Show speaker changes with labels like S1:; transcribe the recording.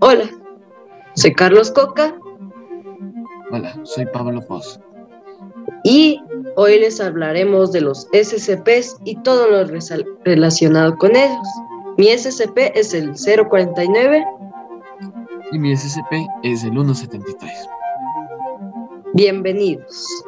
S1: Hola, soy Carlos Coca
S2: Hola, soy Pablo Foz.
S1: y hoy les hablaremos de los SCPs y todo lo resa- relacionado con ellos. Mi SCP es el 049.
S2: Y mi SCP es el 173.
S1: Bienvenidos.